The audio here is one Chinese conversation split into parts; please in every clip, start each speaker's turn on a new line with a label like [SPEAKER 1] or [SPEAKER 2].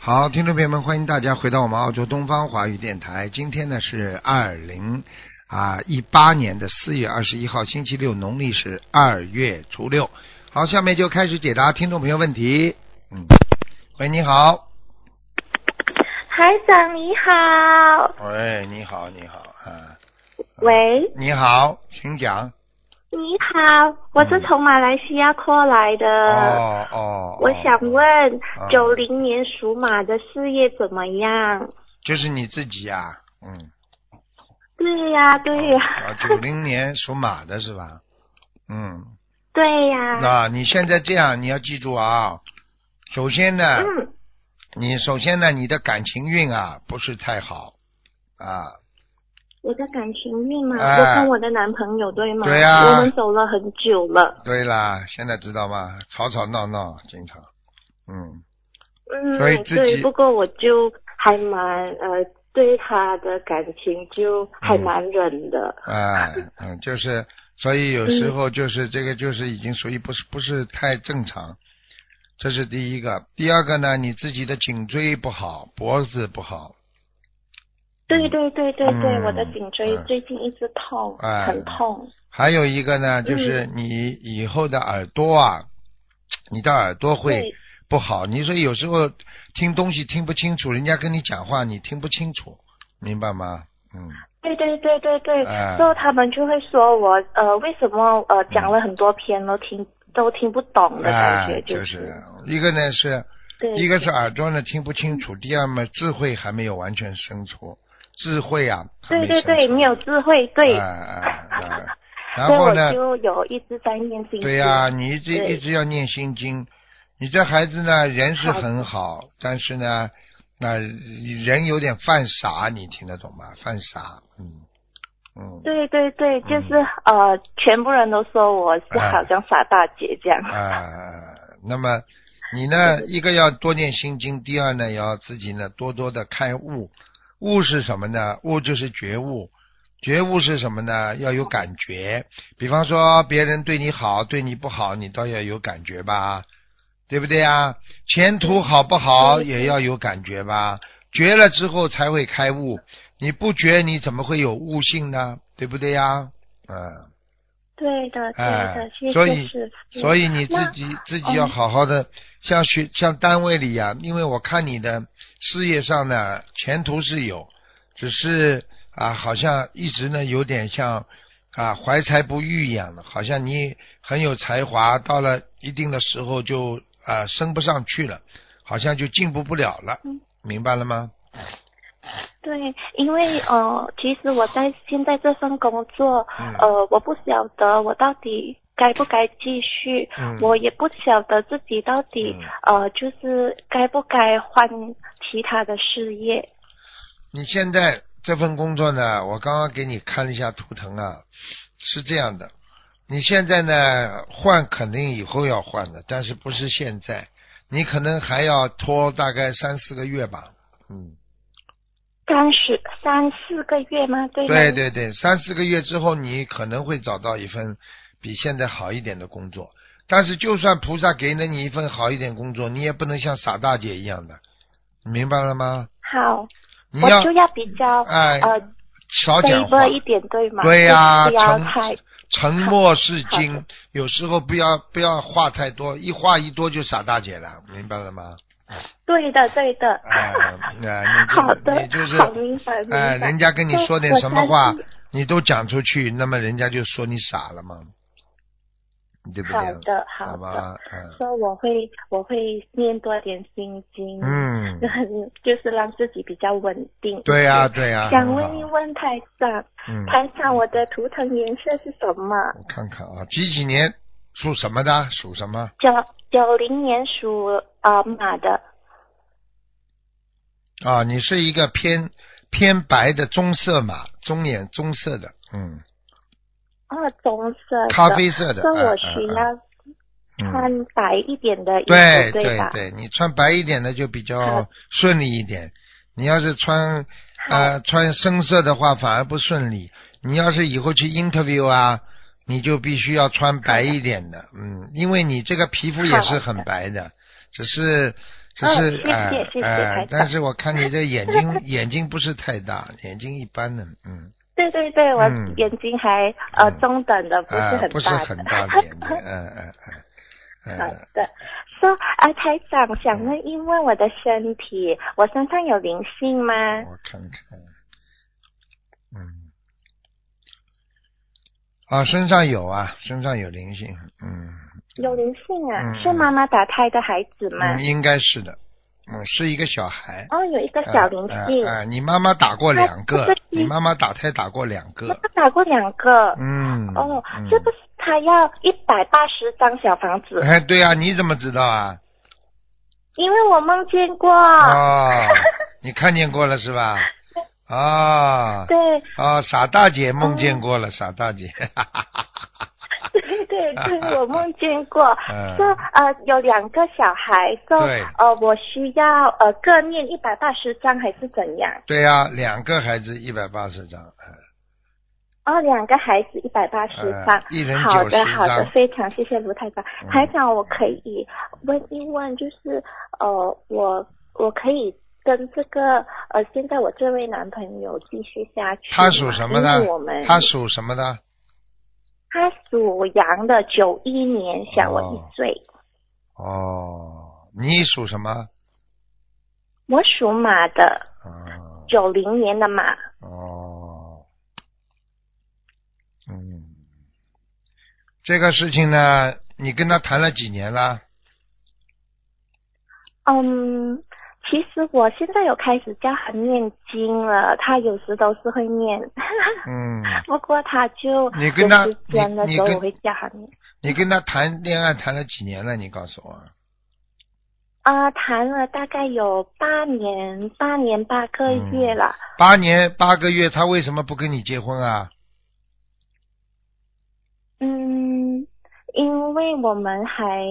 [SPEAKER 1] 好，听众朋友们，欢迎大家回到我们澳洲东方华语电台。今天呢是二零啊一八年的四月二十一号，星期六，农历是二月初六。好，下面就开始解答听众朋友问题。嗯，喂，你好，
[SPEAKER 2] 台长你好，
[SPEAKER 1] 喂，你好，你好，啊，
[SPEAKER 2] 喂，
[SPEAKER 1] 你好，请讲。
[SPEAKER 2] 你好，我是从马来西亚过来的。
[SPEAKER 1] 哦哦，
[SPEAKER 2] 呃我
[SPEAKER 1] 哦
[SPEAKER 2] 想问
[SPEAKER 1] 哦，
[SPEAKER 2] 九零年属马的事业怎么样？
[SPEAKER 1] 就是你自己呀、嗯，
[SPEAKER 2] 对呀、对呀、啊
[SPEAKER 1] 啊， 九零年属马的是吧？嗯，
[SPEAKER 2] 对呀、
[SPEAKER 1] 那你现在这样，你要记住啊。首先呢，
[SPEAKER 2] 嗯，
[SPEAKER 1] 你首先呢，你的感情运啊不是太好啊，
[SPEAKER 2] 我的感情运嘛，
[SPEAKER 1] 哎
[SPEAKER 2] 我跟我的男朋友对吗？
[SPEAKER 1] 对呀
[SPEAKER 2] 我们走了很久了。
[SPEAKER 1] 对啦，现在知道吗？吵吵闹闹，经常，嗯，
[SPEAKER 2] 嗯，
[SPEAKER 1] 所以自己
[SPEAKER 2] 对，不过我就还蛮呃，对他的感情就还蛮忍的。
[SPEAKER 1] 啊，嗯，就是，所以有时候就是这个就是已经属于不是不是太正常，这是第一个。第二个呢，你自己的颈椎不好，脖子不好，
[SPEAKER 2] 对对对对对，
[SPEAKER 1] 嗯
[SPEAKER 2] 我的颈椎
[SPEAKER 1] 嗯
[SPEAKER 2] 最近一直痛，
[SPEAKER 1] 哎
[SPEAKER 2] 很痛。
[SPEAKER 1] 还有一个呢，就是你以后的耳朵啊，你的耳朵会
[SPEAKER 2] 对
[SPEAKER 1] 不好。你说有时候听东西听不清楚，人家跟你讲话你听不清楚，明白吗？嗯，
[SPEAKER 2] 对对对对对，
[SPEAKER 1] 哎
[SPEAKER 2] 之后他们就会说我呃为什么呃讲了很多篇都听都听不懂的感觉，、
[SPEAKER 1] 哎，就是一个呢是，
[SPEAKER 2] 对，
[SPEAKER 1] 一个是耳朵呢听不清楚，第二嘛智慧还没有完全生出，智慧啊，还
[SPEAKER 2] 对对
[SPEAKER 1] 生出
[SPEAKER 2] 对，没有智慧，对，
[SPEAKER 1] 哎哎 哎然
[SPEAKER 2] 所以
[SPEAKER 1] 后
[SPEAKER 2] 我
[SPEAKER 1] 呢，
[SPEAKER 2] 就有一直在念经。
[SPEAKER 1] 对呀、你一直
[SPEAKER 2] 对
[SPEAKER 1] 一直要念心经。你这孩子呢，人是
[SPEAKER 2] 好的
[SPEAKER 1] 很好，但是呢，那人有点犯傻，你听得懂吗？犯傻，嗯嗯，
[SPEAKER 2] 对对对，就是、呃，全部人都说我是
[SPEAKER 1] 哎
[SPEAKER 2] 好像傻大姐这样。
[SPEAKER 1] 啊、那么你呢，一个要多念心经，第二呢，也要自己呢多多的开悟。悟是什么呢？悟就是觉悟。觉悟是什么呢？要有感觉，比方说别人对你好，对你不好，你倒要有感觉吧，对不对啊？前途好不好
[SPEAKER 2] 对对
[SPEAKER 1] 也要有感觉吧，觉了之后才会开悟，你不觉你怎么会有悟性呢？对不对呀？嗯。
[SPEAKER 2] 对的，对
[SPEAKER 1] 哎
[SPEAKER 2] 的，谢
[SPEAKER 1] 所
[SPEAKER 2] 谢
[SPEAKER 1] 以
[SPEAKER 2] 师傅。
[SPEAKER 1] 所以你自
[SPEAKER 2] 嗯那哦
[SPEAKER 1] 己自己要好好的，像学像单位里呀、因为我看你的事业上呢前途是有，只是啊好像一直呢有点像啊怀才不遇一样的，好像你很有才华，到了一定的时候就啊升不上去了，好像就进步不了了，
[SPEAKER 2] 嗯
[SPEAKER 1] 明白了吗？
[SPEAKER 2] 对，因为呃，其实我在现在这份工作，
[SPEAKER 1] 嗯
[SPEAKER 2] 呃，我不晓得我到底该不该继续，
[SPEAKER 1] 嗯
[SPEAKER 2] 我也不晓得自己到底、呃，就是该不该换其他的事业。
[SPEAKER 1] 你现在这份工作呢，我刚刚给你看了一下图腾啊，是这样的，你现在呢换肯定以后要换的，但是不是现在，你可能还要拖大概三四个月吧。嗯，
[SPEAKER 2] 三十三四个月吗？对吗
[SPEAKER 1] 对对对，三四个月之后你可能会找到一份比现在好一点的工作，但是就算菩萨给了你一份好一点工作，你也不能像傻大姐一样的，你明白了吗？
[SPEAKER 2] 好，
[SPEAKER 1] 你
[SPEAKER 2] 我
[SPEAKER 1] 要
[SPEAKER 2] 就要比较
[SPEAKER 1] 哎
[SPEAKER 2] 呃
[SPEAKER 1] 少讲话
[SPEAKER 2] stable 一点，对吗？
[SPEAKER 1] 对呀
[SPEAKER 2] 就是不要
[SPEAKER 1] 成
[SPEAKER 2] 太
[SPEAKER 1] 沉默是
[SPEAKER 2] 好
[SPEAKER 1] 金，有时候不要不要话太多，一话一多就傻大姐了，明白了吗？
[SPEAKER 2] 对的，对的。
[SPEAKER 1] 哎、哎
[SPEAKER 2] 好
[SPEAKER 1] 你就
[SPEAKER 2] 的，
[SPEAKER 1] 你就是
[SPEAKER 2] 好明白明白。
[SPEAKER 1] 哎、人家跟你说点什么
[SPEAKER 2] 我
[SPEAKER 1] 话
[SPEAKER 2] 相信，
[SPEAKER 1] 你都讲出去，那么人家就说你傻了嘛，对不对？
[SPEAKER 2] 好的，好
[SPEAKER 1] 好
[SPEAKER 2] 的。
[SPEAKER 1] 吧，嗯
[SPEAKER 2] 说我会我会念多点心经，，
[SPEAKER 1] 嗯
[SPEAKER 2] 就，很就是让自己比较稳定。
[SPEAKER 1] 对呀、对呀、
[SPEAKER 2] 想
[SPEAKER 1] 很
[SPEAKER 2] 问一
[SPEAKER 1] 好
[SPEAKER 2] 问台长，
[SPEAKER 1] 嗯，
[SPEAKER 2] 台长我的图腾颜色是什么？
[SPEAKER 1] 我看看啊，几几年属什么的？属什么？
[SPEAKER 2] 九九零年属啊、呃马的，
[SPEAKER 1] 啊，你是一个偏偏白的棕色马，棕眼棕色的，嗯，
[SPEAKER 2] 哦，棕色的。
[SPEAKER 1] 咖啡色的。
[SPEAKER 2] 所以我
[SPEAKER 1] 嗯
[SPEAKER 2] 需
[SPEAKER 1] 嗯嗯
[SPEAKER 2] 要
[SPEAKER 1] 嗯
[SPEAKER 2] 穿白一点的衣服，
[SPEAKER 1] 对
[SPEAKER 2] 对
[SPEAKER 1] 对
[SPEAKER 2] 吧？
[SPEAKER 1] 对，你穿白一点的就比较
[SPEAKER 2] 好
[SPEAKER 1] 顺利一点。你要是穿呃穿深色的话，反而不顺利。你要是以后去 interview 啊，你就必须要穿白一点的，嗯，因为你这个皮肤也是很白的，只是只是
[SPEAKER 2] 嗯
[SPEAKER 1] 哎
[SPEAKER 2] 谢谢谢谢
[SPEAKER 1] 哎
[SPEAKER 2] 台长，
[SPEAKER 1] 但是我看你这眼睛眼睛不是太大，眼睛一般的，嗯，
[SPEAKER 2] 对对对，我
[SPEAKER 1] 嗯
[SPEAKER 2] 眼睛还呃
[SPEAKER 1] 嗯
[SPEAKER 2] 中等的，不是
[SPEAKER 1] 啊，
[SPEAKER 2] 很
[SPEAKER 1] 不是
[SPEAKER 2] 大
[SPEAKER 1] 很
[SPEAKER 2] 的。
[SPEAKER 1] 大的眼睛，嗯嗯嗯，
[SPEAKER 2] 好
[SPEAKER 1] 嗯，
[SPEAKER 2] 的，说、啊，台长想问一问我的身体，我身上有灵性吗？
[SPEAKER 1] 我看看，哦嗯，啊，身上有啊，身上有灵性，嗯，
[SPEAKER 2] 有灵性啊，
[SPEAKER 1] 嗯
[SPEAKER 2] 是妈妈打胎的孩子吗？
[SPEAKER 1] 嗯，应该是的，嗯，是一个小孩，
[SPEAKER 2] 哦，有一个小灵
[SPEAKER 1] 啊
[SPEAKER 2] 性，
[SPEAKER 1] 啊啊你妈妈打过两
[SPEAKER 2] 啊
[SPEAKER 1] 个
[SPEAKER 2] 对，
[SPEAKER 1] 你妈妈打胎打过两
[SPEAKER 2] 我
[SPEAKER 1] 个，
[SPEAKER 2] 打过两个。
[SPEAKER 1] 嗯，
[SPEAKER 2] 哦，
[SPEAKER 1] 嗯
[SPEAKER 2] 是不是他要一百八十张小房子？
[SPEAKER 1] 哎，对啊，你怎么知道啊？
[SPEAKER 2] 因为我梦见过，
[SPEAKER 1] 哦，你看见过了是吧？啊、
[SPEAKER 2] 对
[SPEAKER 1] 啊、傻大姐梦
[SPEAKER 2] 哦
[SPEAKER 1] 见过了，傻大姐，
[SPEAKER 2] 对对对，我梦见过，
[SPEAKER 1] 嗯
[SPEAKER 2] 说呃有两个小孩，说
[SPEAKER 1] 对
[SPEAKER 2] 呃我需要呃各念一百八十张还是怎样？
[SPEAKER 1] 对呀、啊，两个孩子一百八十张，嗯
[SPEAKER 2] 哦，两个孩子一百八十
[SPEAKER 1] 嗯
[SPEAKER 2] 张，
[SPEAKER 1] 一人
[SPEAKER 2] 好的
[SPEAKER 1] 90
[SPEAKER 2] 好的
[SPEAKER 1] 张，
[SPEAKER 2] 非常谢谢卢台长。
[SPEAKER 1] 嗯
[SPEAKER 2] 台长，我可以问一问，就是呃，我我可以跟这个呃，现在我这位男朋友继续下去吗
[SPEAKER 1] 他属什么
[SPEAKER 2] 因
[SPEAKER 1] 的
[SPEAKER 2] 为我们？
[SPEAKER 1] 他属什么的？
[SPEAKER 2] 他属羊的，九一年，小我
[SPEAKER 1] 哦
[SPEAKER 2] 一岁。
[SPEAKER 1] 哦，你属什么？
[SPEAKER 2] 我属马的，
[SPEAKER 1] 哦
[SPEAKER 2] 九零年的马。
[SPEAKER 1] 哦，嗯，这个事情呢，你跟他谈了几年了？
[SPEAKER 2] 嗯，其实我现在有开始教他念经了，他有时都是会念。
[SPEAKER 1] 嗯，
[SPEAKER 2] 不过他就
[SPEAKER 1] 你跟他
[SPEAKER 2] 有时间的
[SPEAKER 1] 你
[SPEAKER 2] 时候
[SPEAKER 1] 你跟
[SPEAKER 2] 我会叫他念
[SPEAKER 1] 你跟他谈恋爱谈了几年了？你告诉我。
[SPEAKER 2] 啊、谈了大概有八年，八年八个月了。
[SPEAKER 1] 八年八个月，他为什么不跟你结婚啊？
[SPEAKER 2] 嗯因为我们还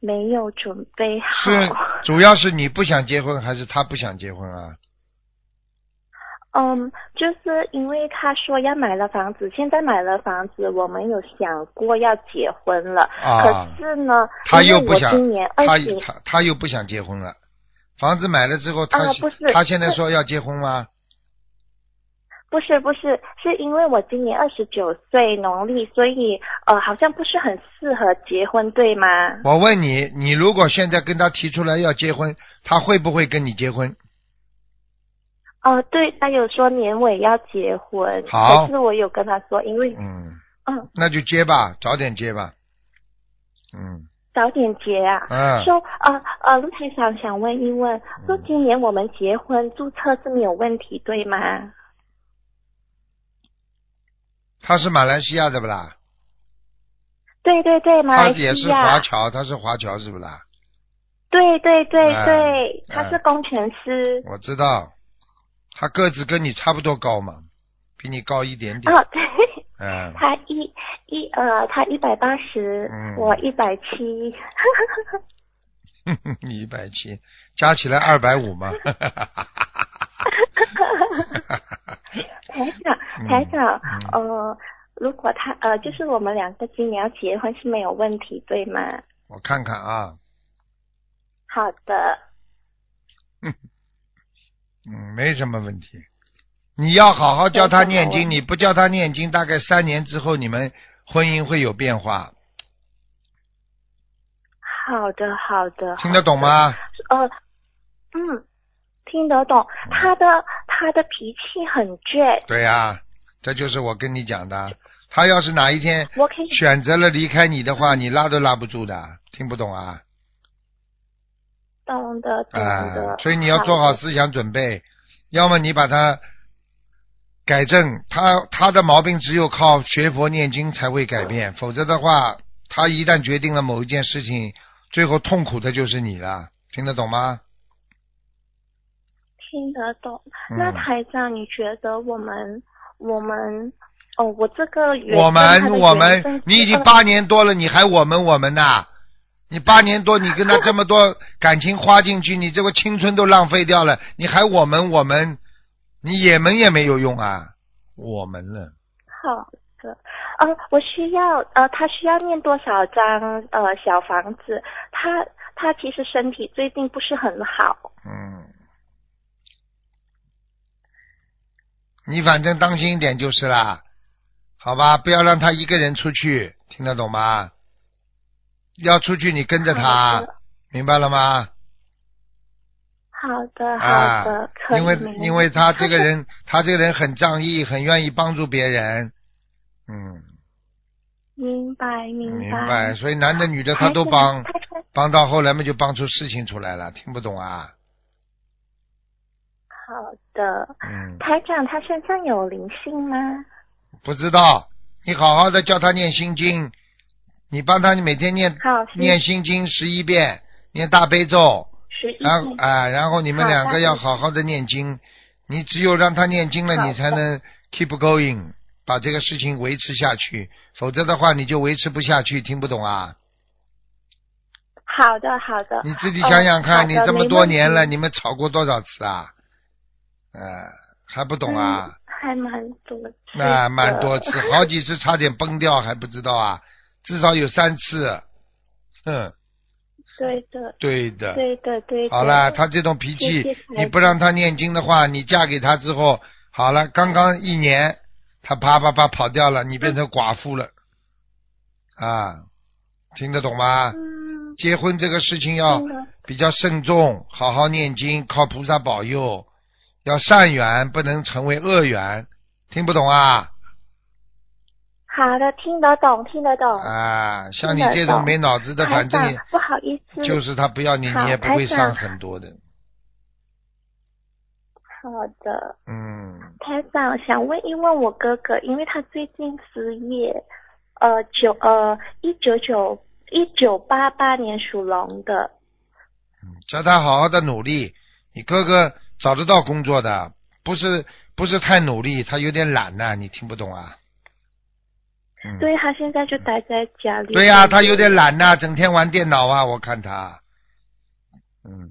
[SPEAKER 2] 没有准备好。
[SPEAKER 1] 是主要是你不想结婚，还是他不想结婚啊？
[SPEAKER 2] 嗯，就是因为他说要买了房子，现在买了房子，我们有想过要结婚了。
[SPEAKER 1] 啊
[SPEAKER 2] 可是呢，
[SPEAKER 1] 他又
[SPEAKER 2] 因为
[SPEAKER 1] 不
[SPEAKER 2] 我
[SPEAKER 1] 想
[SPEAKER 2] 今年二
[SPEAKER 1] 他
[SPEAKER 2] 十，
[SPEAKER 1] 他他又不想结婚了，房子买了之后，他、
[SPEAKER 2] 啊不是
[SPEAKER 1] 他现在说要结婚吗？
[SPEAKER 2] 不是不是，是因为我今年二十九岁农历，所以呃，好像不是很适合结婚，对吗？
[SPEAKER 1] 我问你，你如果现在跟他提出来要结婚，他会不会跟你结婚？
[SPEAKER 2] 哦、对，他有说年尾要结婚，
[SPEAKER 1] 好
[SPEAKER 2] 可是我有跟他说，因为
[SPEAKER 1] 嗯，
[SPEAKER 2] 嗯，
[SPEAKER 1] 那就结吧，早点结吧。嗯
[SPEAKER 2] 早点结啊。
[SPEAKER 1] 嗯，
[SPEAKER 2] 说呃呃，陆台长想问一问，说
[SPEAKER 1] 嗯
[SPEAKER 2] 今年我们结婚注册是没有问题，对吗？
[SPEAKER 1] 他是马来西亚的不啦？
[SPEAKER 2] 对对对，马
[SPEAKER 1] 他
[SPEAKER 2] 来
[SPEAKER 1] 也
[SPEAKER 2] 西
[SPEAKER 1] 是华
[SPEAKER 2] 亚，
[SPEAKER 1] 侨，他是华侨是不啦？
[SPEAKER 2] 对对对
[SPEAKER 1] 哎
[SPEAKER 2] 对，
[SPEAKER 1] 哎
[SPEAKER 2] 他是工程师。
[SPEAKER 1] 我知道，他个子跟你差不多高嘛，比你高一点点。
[SPEAKER 2] 哦，对，
[SPEAKER 1] 嗯，
[SPEAKER 2] 他一一呃，他一百八十
[SPEAKER 1] 嗯，
[SPEAKER 2] 我一百七，
[SPEAKER 1] 你一百七，加起来二百五嘛。
[SPEAKER 2] 台长
[SPEAKER 1] 嗯
[SPEAKER 2] 台长，
[SPEAKER 1] 嗯
[SPEAKER 2] 呃，如果他呃，就是我们两个今年要结婚是没有问题，对吗？
[SPEAKER 1] 我看看啊，
[SPEAKER 2] 好的，
[SPEAKER 1] 嗯，没什么问题。你要好好啊教他念
[SPEAKER 2] 没什么
[SPEAKER 1] 经，
[SPEAKER 2] 问题
[SPEAKER 1] 你不教他念经，大概三年之后，你们婚姻会有变化，
[SPEAKER 2] 好的，好的，
[SPEAKER 1] 听得懂吗？
[SPEAKER 2] 呃，嗯，听得懂。
[SPEAKER 1] 嗯
[SPEAKER 2] 他的他的脾气很倔，
[SPEAKER 1] 对呀、这就是我跟你讲的。他要是哪一天
[SPEAKER 2] 我可以
[SPEAKER 1] 选择了离开你的话，你拉都拉不住的，听不懂啊？
[SPEAKER 2] 懂的，懂
[SPEAKER 1] 啊、
[SPEAKER 2] 的。
[SPEAKER 1] 所以你要做好
[SPEAKER 2] 的
[SPEAKER 1] 思想准备，要么你把它改正，他他的毛病只有靠学佛念经才会改
[SPEAKER 2] 嗯
[SPEAKER 1] 变，否则的话，他一旦决定了某一件事情，最后痛苦的就是你了，听得懂吗？
[SPEAKER 2] 听得懂。
[SPEAKER 1] 嗯
[SPEAKER 2] 那台长，你觉得我们我们哦，我这个缘分
[SPEAKER 1] 我
[SPEAKER 2] 它
[SPEAKER 1] 们
[SPEAKER 2] 的
[SPEAKER 1] 我
[SPEAKER 2] 缘分
[SPEAKER 1] 们
[SPEAKER 2] 是，
[SPEAKER 1] 你已经
[SPEAKER 2] 二
[SPEAKER 1] 八年多了，你还我们我们呐、你八年多，你跟他这么多感情花进去，你这个青春都浪费掉了，你还我们我们，你也门也没有用啊，我们了。
[SPEAKER 2] 好的。呃，我需要呃，他需要念多少张呃小房子？他他其实身体最近不是很好。
[SPEAKER 1] 嗯，你反正当心一点就是啦，好吧？不要让他一个人出去，听得懂吗？要出去你跟着
[SPEAKER 2] 好
[SPEAKER 1] 他
[SPEAKER 2] 的，
[SPEAKER 1] 明白了吗？
[SPEAKER 2] 好的，好的，
[SPEAKER 1] 啊
[SPEAKER 2] 可，以。
[SPEAKER 1] 因为
[SPEAKER 2] 没问题
[SPEAKER 1] 因为他这个
[SPEAKER 2] 是
[SPEAKER 1] 人， 他这个人很仗义，很愿意帮助别人，嗯，
[SPEAKER 2] 明白明
[SPEAKER 1] 明
[SPEAKER 2] 白，
[SPEAKER 1] 白。所以男的女的
[SPEAKER 2] 还
[SPEAKER 1] 他都
[SPEAKER 2] 是
[SPEAKER 1] 帮，
[SPEAKER 2] 他他
[SPEAKER 1] 帮到后来嘛就帮出事情出来了，听不懂啊？
[SPEAKER 2] 好的，
[SPEAKER 1] 嗯，
[SPEAKER 2] 台长他身上有灵性吗？
[SPEAKER 1] 不知道，你好好的教他念心经，你帮他每天念
[SPEAKER 2] 好，
[SPEAKER 1] 念心经十一遍，念大悲咒，
[SPEAKER 2] 十一
[SPEAKER 1] 然后啊、然后你们
[SPEAKER 2] 好
[SPEAKER 1] 两
[SPEAKER 2] 大
[SPEAKER 1] 个要
[SPEAKER 2] 悲
[SPEAKER 1] 好好的念经，你只有让他念经了，
[SPEAKER 2] 好
[SPEAKER 1] 你才
[SPEAKER 2] 的
[SPEAKER 1] 能 keep going，把这个事情维持下去，否则的话你就维持不下去，听不懂啊？
[SPEAKER 2] 好的好的，
[SPEAKER 1] 你自己想想
[SPEAKER 2] 哦好
[SPEAKER 1] 看，你
[SPEAKER 2] 的
[SPEAKER 1] 这么多年
[SPEAKER 2] 没
[SPEAKER 1] 了，
[SPEAKER 2] 问题
[SPEAKER 1] 你们吵过多少次啊？呃，还不懂啊？
[SPEAKER 2] 嗯还蛮多次的，
[SPEAKER 1] 那蛮多次，好几次差点崩掉还不知道啊，至少有三次。嗯，
[SPEAKER 2] 对的，
[SPEAKER 1] 对的。
[SPEAKER 2] 对的对的。
[SPEAKER 1] 好了，他这种脾气
[SPEAKER 2] 谢谢台，长
[SPEAKER 1] 你不让他念经的话，你嫁给他之后，好了，刚刚一年，他啪啪啪跑掉了，你变成寡妇了。啊，听得懂吗？
[SPEAKER 2] 嗯，
[SPEAKER 1] 结婚这个事情要
[SPEAKER 2] 真的
[SPEAKER 1] 比较慎重，好好念经，靠菩萨保佑，要善缘，不能成为恶缘。听不懂啊？
[SPEAKER 2] 好的，听得懂听得懂。
[SPEAKER 1] 啊，像
[SPEAKER 2] 听
[SPEAKER 1] 你
[SPEAKER 2] 得
[SPEAKER 1] 这种
[SPEAKER 2] 懂
[SPEAKER 1] 没脑子的，
[SPEAKER 2] 台
[SPEAKER 1] 反正
[SPEAKER 2] 长
[SPEAKER 1] 也
[SPEAKER 2] 不好意思，
[SPEAKER 1] 就是他不要你，
[SPEAKER 2] 嗯好
[SPEAKER 1] 你也不
[SPEAKER 2] 台
[SPEAKER 1] 会伤
[SPEAKER 2] 长
[SPEAKER 1] 很多的。
[SPEAKER 2] 好的。
[SPEAKER 1] 嗯，
[SPEAKER 2] 台长想问一问我哥哥，因为他最近失业，呃九呃一九九一九八八年属龙的，
[SPEAKER 1] 叫他好好的努力。你哥哥找得到工作的，不是不是太努力，他有点懒呐、你听不懂啊？嗯，
[SPEAKER 2] 对他现在就待在家里。
[SPEAKER 1] 对呀、他有点。懒呐、整天玩电脑啊，我看他。嗯，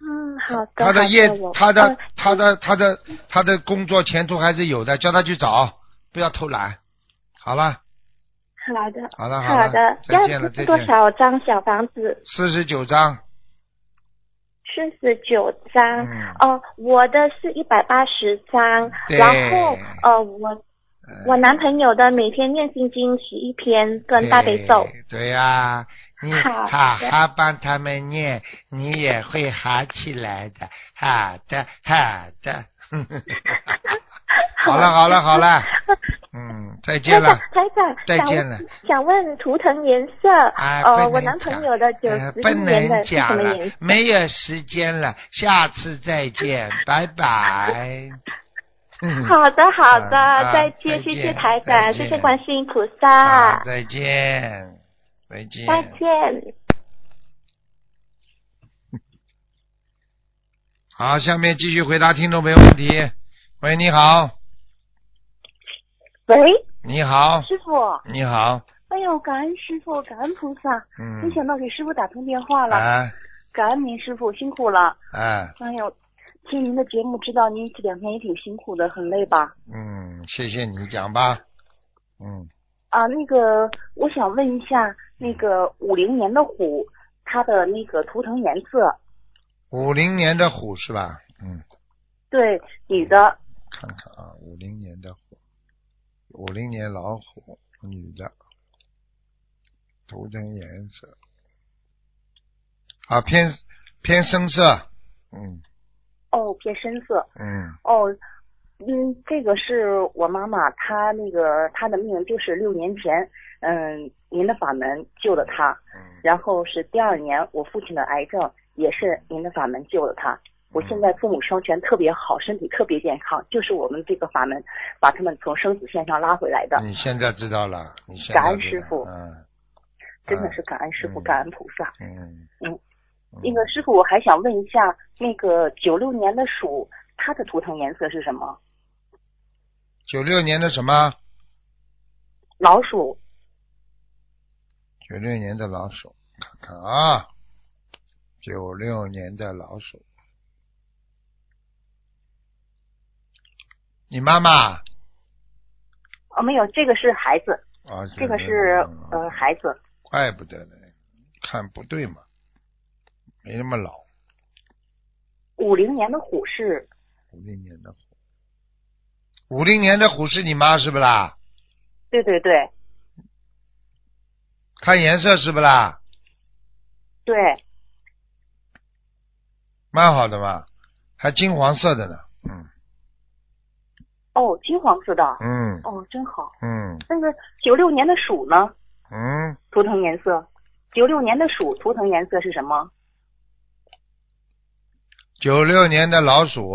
[SPEAKER 2] 嗯，好的。
[SPEAKER 1] 他
[SPEAKER 2] 好
[SPEAKER 1] 的业，
[SPEAKER 2] 我
[SPEAKER 1] 他的
[SPEAKER 2] 呃
[SPEAKER 1] 他的他的他的工作前途还是有的，叫他去找，不要偷懒。好了，
[SPEAKER 2] 好的，
[SPEAKER 1] 好了，
[SPEAKER 2] 好
[SPEAKER 1] 了，
[SPEAKER 2] 的。
[SPEAKER 1] 再见了，再
[SPEAKER 2] 这样多
[SPEAKER 1] 见。
[SPEAKER 2] 少张小房子？
[SPEAKER 1] 四十九章，
[SPEAKER 2] 四十九张。
[SPEAKER 1] 嗯，
[SPEAKER 2] 哦，我的是一百八十张，
[SPEAKER 1] 对
[SPEAKER 2] 然后呃，我
[SPEAKER 1] 嗯
[SPEAKER 2] 我男朋友的每天念心经十一篇跟大悲咒。
[SPEAKER 1] 对。哎对呀、你
[SPEAKER 2] 好
[SPEAKER 1] 好
[SPEAKER 2] 的
[SPEAKER 1] 好帮他们念，你也会好起来的。好的，好的。 好了，好了，好了。嗯，再见了。
[SPEAKER 2] 台长，
[SPEAKER 1] 再
[SPEAKER 2] 台长，
[SPEAKER 1] 见了
[SPEAKER 2] 想问图腾颜色，
[SPEAKER 1] 哎，
[SPEAKER 2] 呃，
[SPEAKER 1] 不
[SPEAKER 2] 我
[SPEAKER 1] 能
[SPEAKER 2] 男朋
[SPEAKER 1] 讲
[SPEAKER 2] 友的九
[SPEAKER 1] 呃
[SPEAKER 2] 十
[SPEAKER 1] 不能
[SPEAKER 2] 年的是什
[SPEAKER 1] 讲
[SPEAKER 2] 么
[SPEAKER 1] 了
[SPEAKER 2] 颜色？，
[SPEAKER 1] 没有时间了，下次再 见，拜拜。
[SPEAKER 2] 好的，好的，
[SPEAKER 1] 啊
[SPEAKER 2] 再
[SPEAKER 1] 再
[SPEAKER 2] 见，谢谢
[SPEAKER 1] 见
[SPEAKER 2] 台
[SPEAKER 1] 再
[SPEAKER 2] 长，谢谢
[SPEAKER 1] 见
[SPEAKER 2] 观世音菩
[SPEAKER 1] 好
[SPEAKER 2] 萨，
[SPEAKER 1] 再见，再见。
[SPEAKER 2] 再见。
[SPEAKER 1] 好，下面继续回答听众朋友问题。喂，你好，
[SPEAKER 3] 喂，
[SPEAKER 1] 你好，
[SPEAKER 3] 师傅，
[SPEAKER 1] 你好，
[SPEAKER 3] 哎呦，感恩师傅，感恩菩萨，
[SPEAKER 1] 嗯，
[SPEAKER 3] 没想到给师傅打通电话了，
[SPEAKER 1] 啊
[SPEAKER 3] 感恩您师傅辛苦了。
[SPEAKER 1] 啊，
[SPEAKER 3] 哎呦，听您的节目知道您这两天也挺辛苦的，很累吧？
[SPEAKER 1] 嗯，谢谢你讲吧，嗯，
[SPEAKER 3] 啊，那个我想问一下，那个五零年的虎，它的那个图腾颜色，
[SPEAKER 1] 五零年的虎是吧？嗯，
[SPEAKER 3] 对，女的，
[SPEAKER 1] 看看啊，五零年的虎，五零年老虎，女的，头灯颜色，啊，偏偏深色，嗯
[SPEAKER 3] 哦，偏深色，
[SPEAKER 1] 嗯，
[SPEAKER 3] 哦，嗯，这个是我妈妈，她那个她的命就是六年前，嗯，您的法门救了她，
[SPEAKER 1] 嗯
[SPEAKER 3] 然后是第二年我父亲的癌症也是您的法门救了她。我现在父母双全特别好，身体特别健康，就是我们这个法门把他们从生死线上拉回来的，
[SPEAKER 1] 你现在知道了，你现在
[SPEAKER 3] 感恩
[SPEAKER 1] 知道
[SPEAKER 3] 师父
[SPEAKER 1] 嗯，
[SPEAKER 3] 真的
[SPEAKER 1] 嗯
[SPEAKER 3] 是感恩师傅，
[SPEAKER 1] 嗯
[SPEAKER 3] 感恩菩萨。
[SPEAKER 1] 嗯
[SPEAKER 3] 嗯，那
[SPEAKER 1] 那
[SPEAKER 3] 个师傅，我还想问一下，那个九六年的鼠，它的图腾颜色是什么？
[SPEAKER 1] 九六年的什么？
[SPEAKER 3] 老鼠，
[SPEAKER 1] 九六年的老鼠，看看啊，九六年的老鼠，你妈啊妈
[SPEAKER 3] 哦，没有，这个是孩子，
[SPEAKER 1] 啊，
[SPEAKER 3] 这个
[SPEAKER 1] 96
[SPEAKER 3] 是呃
[SPEAKER 1] 年的老鼠
[SPEAKER 3] 呃，孩子，
[SPEAKER 1] 怪不得呢，看不对嘛，没那么老，
[SPEAKER 3] 五零年的虎是
[SPEAKER 1] 五零年的虎，五零年的虎是你妈是不啦？
[SPEAKER 3] 对对对
[SPEAKER 1] 看颜色是不啦？
[SPEAKER 3] 对，
[SPEAKER 1] 蛮好的嘛，还金黄色的呢，嗯
[SPEAKER 3] 哦，金黄色的，
[SPEAKER 1] 嗯
[SPEAKER 3] 哦，真好。
[SPEAKER 1] 嗯
[SPEAKER 3] 那个九六年的鼠呢？
[SPEAKER 1] 嗯，
[SPEAKER 3] 图腾颜色，九六年的鼠图腾颜色是什么？
[SPEAKER 1] 九六年的老鼠，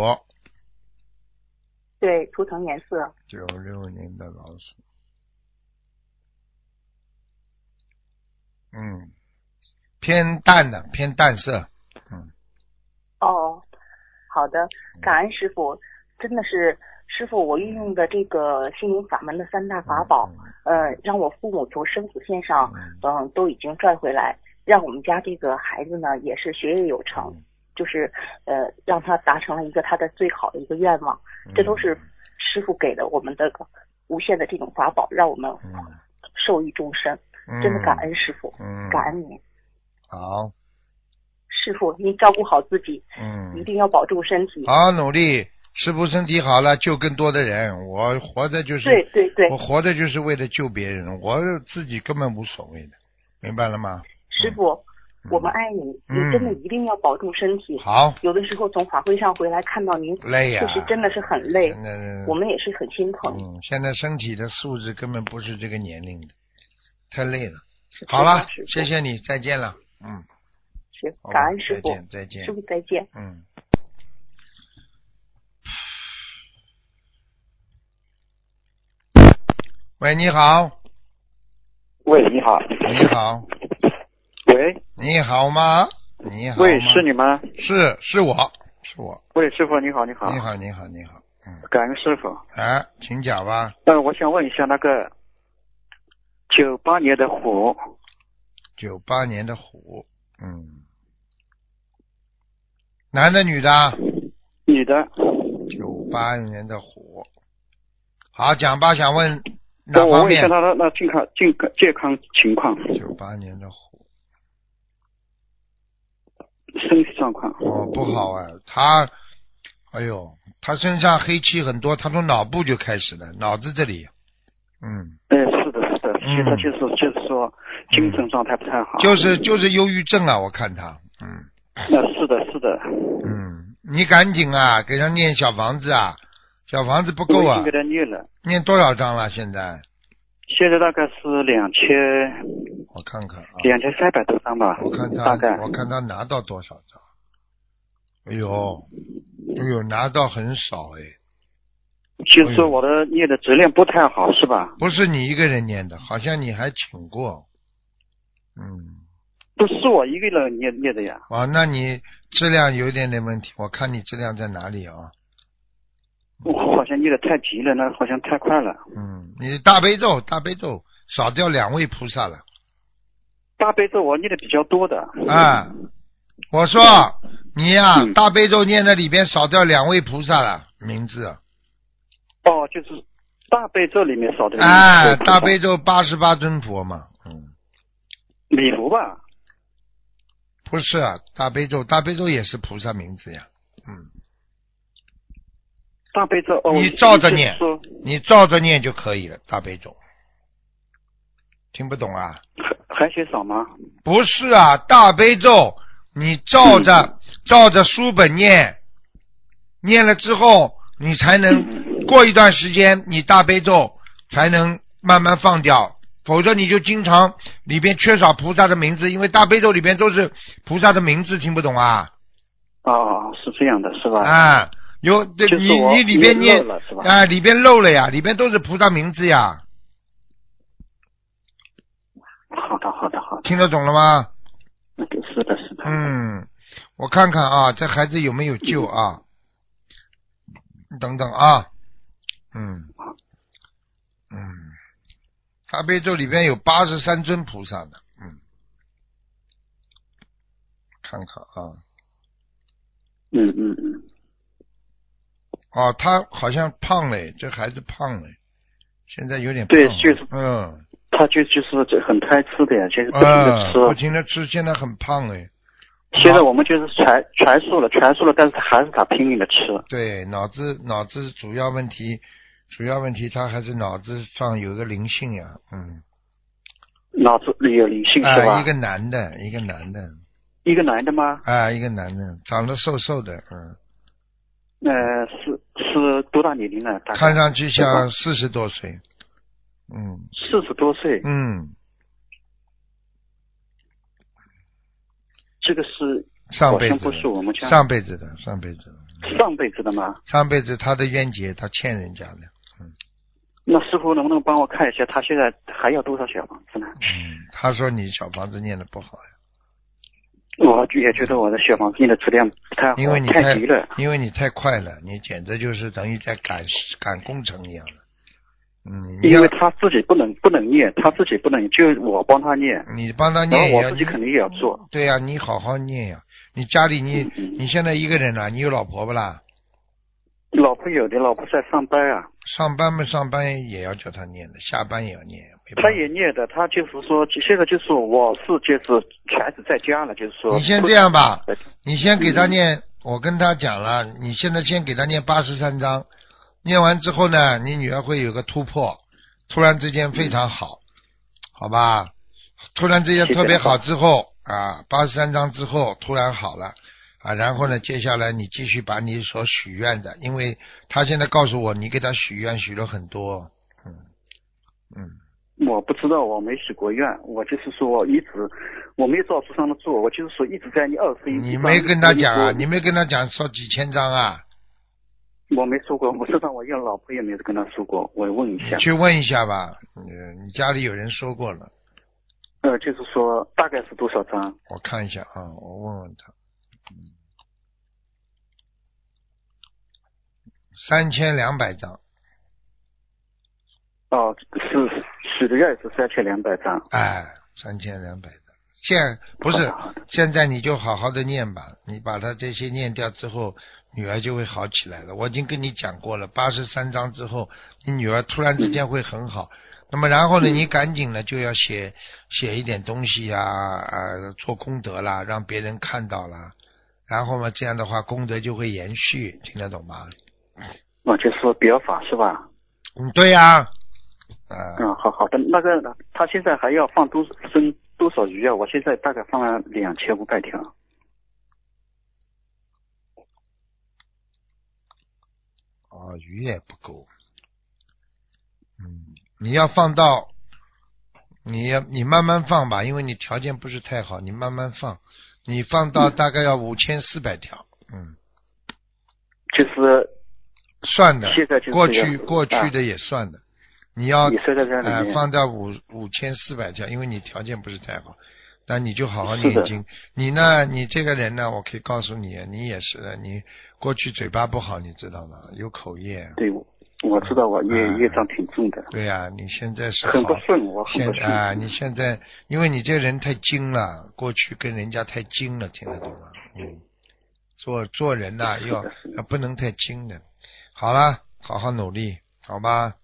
[SPEAKER 3] 对，图腾颜色，
[SPEAKER 1] 九六年的老鼠，嗯，偏淡的，偏淡色，
[SPEAKER 3] 哦，好的，
[SPEAKER 1] 嗯
[SPEAKER 3] 感恩师傅，真的是师傅，我运用的这个心灵法门的三大法宝，
[SPEAKER 1] 嗯
[SPEAKER 3] 呃，让我父母从生死线上，嗯、都已经拽回来，让我们家这个孩子呢也是学业有成，
[SPEAKER 1] 嗯
[SPEAKER 3] 就是呃，让他达成了一个他的最好的一个愿望，
[SPEAKER 1] 嗯
[SPEAKER 3] 这都是师傅给的我们的无限的这种法宝，让我们
[SPEAKER 1] 嗯，
[SPEAKER 3] 受益终身，
[SPEAKER 1] 嗯
[SPEAKER 3] 真的感，恩师傅，
[SPEAKER 1] 嗯，
[SPEAKER 3] 感恩您，
[SPEAKER 1] 好，
[SPEAKER 3] 师傅，您照顾好自己，
[SPEAKER 1] 嗯
[SPEAKER 3] 一，定要保重身体。
[SPEAKER 1] 好好努力，师傅身体好了，救更多的人。我活着就是，
[SPEAKER 3] 对对对
[SPEAKER 1] 我，嗯活着就是为了救别人，我自己根本无所谓的，明白了吗？
[SPEAKER 3] 师傅，我们爱你，
[SPEAKER 1] 嗯
[SPEAKER 3] 您真的一定要保重身体。
[SPEAKER 1] 好，嗯
[SPEAKER 3] 有的时候从法会上回来看到您，
[SPEAKER 1] 累呀、
[SPEAKER 3] 确实真的是很累，
[SPEAKER 1] 那那
[SPEAKER 3] 我们也是很心疼。
[SPEAKER 1] 嗯，现在身体的素质根本不是这个年龄的，太累了。
[SPEAKER 3] 是这
[SPEAKER 1] 好
[SPEAKER 3] 样
[SPEAKER 1] 了，
[SPEAKER 3] 师傅
[SPEAKER 1] 谢，谢你，再见了。嗯，
[SPEAKER 3] 是
[SPEAKER 1] 好吧
[SPEAKER 3] 感恩师傅
[SPEAKER 1] 再，见，再见
[SPEAKER 3] 师。傅再见。
[SPEAKER 1] 嗯。喂，你好，
[SPEAKER 4] 喂，你好。
[SPEAKER 1] 你好，
[SPEAKER 4] 喂，
[SPEAKER 1] 你好吗？你好吗
[SPEAKER 4] 喂，是你啊吗？
[SPEAKER 1] 是是我，是我。
[SPEAKER 4] 喂，师傅，你好，你好。
[SPEAKER 1] 你好，你好，你好。嗯，
[SPEAKER 4] 感恩师傅。
[SPEAKER 1] 哎，请讲吧。
[SPEAKER 4] 呃，我想问一下那个九八年的虎，
[SPEAKER 1] 九八年的虎，嗯，男的女的？
[SPEAKER 4] 女的，
[SPEAKER 1] 九八年的虎。好，讲吧，想问哪
[SPEAKER 4] 那我
[SPEAKER 1] 方
[SPEAKER 4] 问一
[SPEAKER 1] 面
[SPEAKER 4] 下？她的那健康健康健康情况，
[SPEAKER 1] 九八年的虎，
[SPEAKER 4] 身体状况。
[SPEAKER 1] 哦，不好啊，他，哎呦，他身上黑气很多，他从脑部就开始了，脑子这里，嗯，
[SPEAKER 4] 哎，是的，是的，
[SPEAKER 1] 嗯
[SPEAKER 4] 所以她就是就是说精神状态不太好。
[SPEAKER 1] 就是就是忧郁症啊，我看他，嗯。
[SPEAKER 4] 那是的，是的。
[SPEAKER 1] 嗯，你赶紧啊，给他念小房子啊，小房子不够
[SPEAKER 4] 我已
[SPEAKER 1] 啊
[SPEAKER 4] 经给，她念了，
[SPEAKER 1] 念多少张了？现在
[SPEAKER 4] 现在大概是两千
[SPEAKER 1] 我看看啊，
[SPEAKER 4] 两千三百多张吧，
[SPEAKER 1] 我看他
[SPEAKER 4] 大概，
[SPEAKER 1] 我看他拿到多少张？哎呦，哎呦，拿到很少哎，
[SPEAKER 4] 就是说我的念的质量不太好，是吧？
[SPEAKER 1] 不是你一个人念的，好像你还请过，嗯，
[SPEAKER 4] 不是我一个人念念的呀。
[SPEAKER 1] 啊，那你质量有一点点问题，我看你质量在哪里啊？
[SPEAKER 4] 我好像念的太急了，那好像太快了。
[SPEAKER 1] 嗯，你大悲咒，大悲咒少掉两位菩萨了。
[SPEAKER 4] 大悲咒我念的比较多的，
[SPEAKER 1] 啊，我说你呀、
[SPEAKER 4] 嗯
[SPEAKER 1] 大悲咒念的里边少掉两位菩萨了名字，啊
[SPEAKER 4] 哦，就是大悲咒里面少的。
[SPEAKER 1] 哎，大悲咒八十八尊佛嘛，嗯，
[SPEAKER 4] 礼佛吧？
[SPEAKER 1] 不是啊大悲咒，大悲咒也是菩萨名字呀，嗯，
[SPEAKER 4] 大悲咒哦，
[SPEAKER 1] 你照着念
[SPEAKER 4] 就是说
[SPEAKER 1] 你照着念就可以了，大悲咒，听不懂啊？
[SPEAKER 4] 还还嫌少吗？
[SPEAKER 1] 不是啊，大悲咒你照着照着书本念，念了之后，你才能过一段时间，你大悲咒才能慢慢放掉，否则你就经常里边缺少菩萨的名字，因为大悲咒里边都是菩萨的名字，听不懂啊？
[SPEAKER 4] 哦，是这样的，是吧？
[SPEAKER 1] 啊，有对
[SPEAKER 4] 就是
[SPEAKER 1] 你
[SPEAKER 4] 我
[SPEAKER 1] 你里边念
[SPEAKER 4] 漏了是吧
[SPEAKER 1] 啊，里边漏了呀，里边都是菩萨名字呀，
[SPEAKER 4] 好的，好的，好的，
[SPEAKER 1] 听得懂了吗？
[SPEAKER 4] 那就是的，是的。，
[SPEAKER 1] 嗯，我看看啊，这孩子有没有救啊？等等啊，嗯，嗯，大悲咒里边有八十三尊菩萨呢，嗯，看看啊，
[SPEAKER 4] 嗯嗯嗯，
[SPEAKER 1] 哦，他好像胖嘞，这孩子胖嘞，现在有点胖
[SPEAKER 4] 对就是
[SPEAKER 1] 嗯
[SPEAKER 4] 他就就是这很贪吃的呀，就是不停的
[SPEAKER 1] 啊，
[SPEAKER 4] 吃。
[SPEAKER 1] 不停的吃，现在很胖哎，
[SPEAKER 4] 现在我们就是全全素了，全素了，但是还是他拼命的吃。
[SPEAKER 1] 对，脑子脑子主要问题，主要问题他还是脑子上有一个灵性呀、嗯，
[SPEAKER 4] 脑子里有灵性
[SPEAKER 1] 啊、
[SPEAKER 4] 是吧？
[SPEAKER 1] 一个男的，一个男的，
[SPEAKER 4] 一个男的吗？
[SPEAKER 1] 啊、一个男的，长得瘦瘦的，嗯，
[SPEAKER 4] 呃，是是多大年龄了？大概
[SPEAKER 1] 看上去像四十多岁，嗯
[SPEAKER 4] 四十多岁。
[SPEAKER 1] 嗯，
[SPEAKER 4] 这个是
[SPEAKER 1] 上辈
[SPEAKER 4] 好像
[SPEAKER 1] 子
[SPEAKER 4] 不是
[SPEAKER 1] 的
[SPEAKER 4] 我们家
[SPEAKER 1] 上辈子的，上辈子的，
[SPEAKER 4] 上辈子的吗？
[SPEAKER 1] 上辈子他的冤结，他欠人家的，
[SPEAKER 4] 那师傅能不能帮我看一下，他现在还要多少小房子呢？
[SPEAKER 1] 嗯，他说你小房子念的不好呀，
[SPEAKER 4] 我也觉得我的小房子念的质量不太好，
[SPEAKER 1] 因为你
[SPEAKER 4] 太
[SPEAKER 1] 太
[SPEAKER 4] 低了。
[SPEAKER 1] 因为你太快了，你简直就是等于在赶赶工程一样的。嗯，你
[SPEAKER 4] 因
[SPEAKER 1] 要
[SPEAKER 4] 为他自己不能不能念，他自己不能，就我帮他念，
[SPEAKER 1] 你帮他嗯
[SPEAKER 4] 然
[SPEAKER 1] 念
[SPEAKER 4] 后
[SPEAKER 1] 也
[SPEAKER 4] 我
[SPEAKER 1] 要
[SPEAKER 4] 自己
[SPEAKER 1] 念，
[SPEAKER 4] 肯定也要做。
[SPEAKER 1] 对呀、你好好念呀、你家里你
[SPEAKER 4] 嗯嗯
[SPEAKER 1] 你现在一个人了、你有老婆不啦？
[SPEAKER 4] 老婆有的，老婆在上班啊，
[SPEAKER 1] 上班嘛，上班也要叫他念的，下班也要念，没办法
[SPEAKER 4] 他也念的，他就是说现在就是我是就是全职在家了，就是说
[SPEAKER 1] 你先这样吧，
[SPEAKER 4] 不
[SPEAKER 1] 你先给他念，我跟他讲了，你现在先给他念八十三章，念完之后呢，你女儿会有个突破，突然之间非常好，好吧？突然之间特别好之后啊，八十三章之后突然好了啊，然后呢，接下来你继续把你所许愿的，因为他现在告诉我，你给他许愿许了很多，嗯嗯，
[SPEAKER 4] 我不知道，我没许过愿，我就是说我一直我没有照书上的做，我就是说一直在你二十一。
[SPEAKER 1] 你没跟他讲啊？
[SPEAKER 4] 一直
[SPEAKER 1] 你没跟他讲说几千章啊？
[SPEAKER 4] 我啊没说过，我知道我要老婆也没有跟他说过，我问一
[SPEAKER 1] 你
[SPEAKER 4] 下。
[SPEAKER 1] 去问一下吧，嗯，你家里有人说过了，
[SPEAKER 4] 呃，就是说大概是多少张？
[SPEAKER 1] 我看一下啊，我问问他。三千两百张，3200
[SPEAKER 4] 哦，是许的愿是三千两百张。
[SPEAKER 1] 哎，三千两百张。现不是
[SPEAKER 4] 哦好的
[SPEAKER 1] 现在你就好好的念吧，你把它这些念掉之后，女儿就会好起来了。我已经跟你讲过了，八十三章之后，你女儿突然之间会很好。那么然后
[SPEAKER 4] 嗯
[SPEAKER 1] 呢，你赶紧呢就要写写一点东西呀、啊，做功德啦，让别人看到啦。然后嘛，这样的话功德就会延续，听得懂吗？
[SPEAKER 4] 哦，就是说表法是吧？
[SPEAKER 1] 嗯，对呀、啊，哎
[SPEAKER 4] 嗯，好好的。那个他现在还要放多生多少鱼啊？我现在大概放了两千五百条。
[SPEAKER 1] 哦，鱼也不够。嗯，你要放到，你要你慢慢放吧，因为你条件不是太好，你慢慢放，你放
[SPEAKER 4] 嗯
[SPEAKER 1] 到大概要五千四百条，嗯，
[SPEAKER 4] 就是
[SPEAKER 1] 算的
[SPEAKER 4] 现在就是，
[SPEAKER 1] 过
[SPEAKER 4] 这样啊
[SPEAKER 1] 去过去的也算的，你要
[SPEAKER 4] 你睡在这里面、
[SPEAKER 1] 哦呃放到五五千四百条，因为你条件不是太好，那你就好好
[SPEAKER 4] 是的嗯
[SPEAKER 1] 念经。你呢，你这个人呢，我可以告诉你，你也是的，你过去嘴巴不好，你知道吗？有口业，啊
[SPEAKER 4] 对，我我知道我业
[SPEAKER 1] 嗯
[SPEAKER 4] 业障挺重的，
[SPEAKER 1] 对呀、你现在是
[SPEAKER 4] 很不
[SPEAKER 1] 好
[SPEAKER 4] 顺，我很
[SPEAKER 1] 现
[SPEAKER 4] 不
[SPEAKER 1] 在
[SPEAKER 4] 顺。
[SPEAKER 1] 啊，你现在因为你这人太精了，过去跟人家太精了，听得懂吗？嗯，做做人呐、
[SPEAKER 4] 是的
[SPEAKER 1] 要
[SPEAKER 4] 是的
[SPEAKER 1] 要不能太精的。好啦，好好努力，好吧？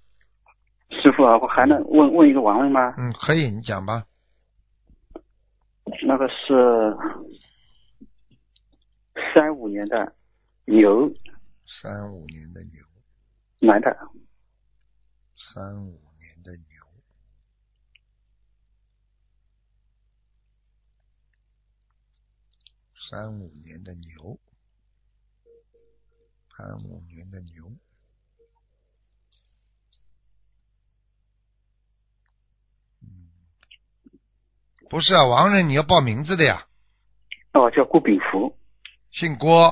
[SPEAKER 4] 师傅啊，我还能问问一个王位吗？
[SPEAKER 1] 嗯，可以，你讲吧。
[SPEAKER 4] 那个是三五年的牛
[SPEAKER 1] 三五年的牛，
[SPEAKER 4] 男的，
[SPEAKER 1] 三五年的牛，三五年的牛，三五年的牛。嗯不是啊，王人你要报名字的呀，
[SPEAKER 4] 哦，叫顾炳福，
[SPEAKER 1] 姓郭，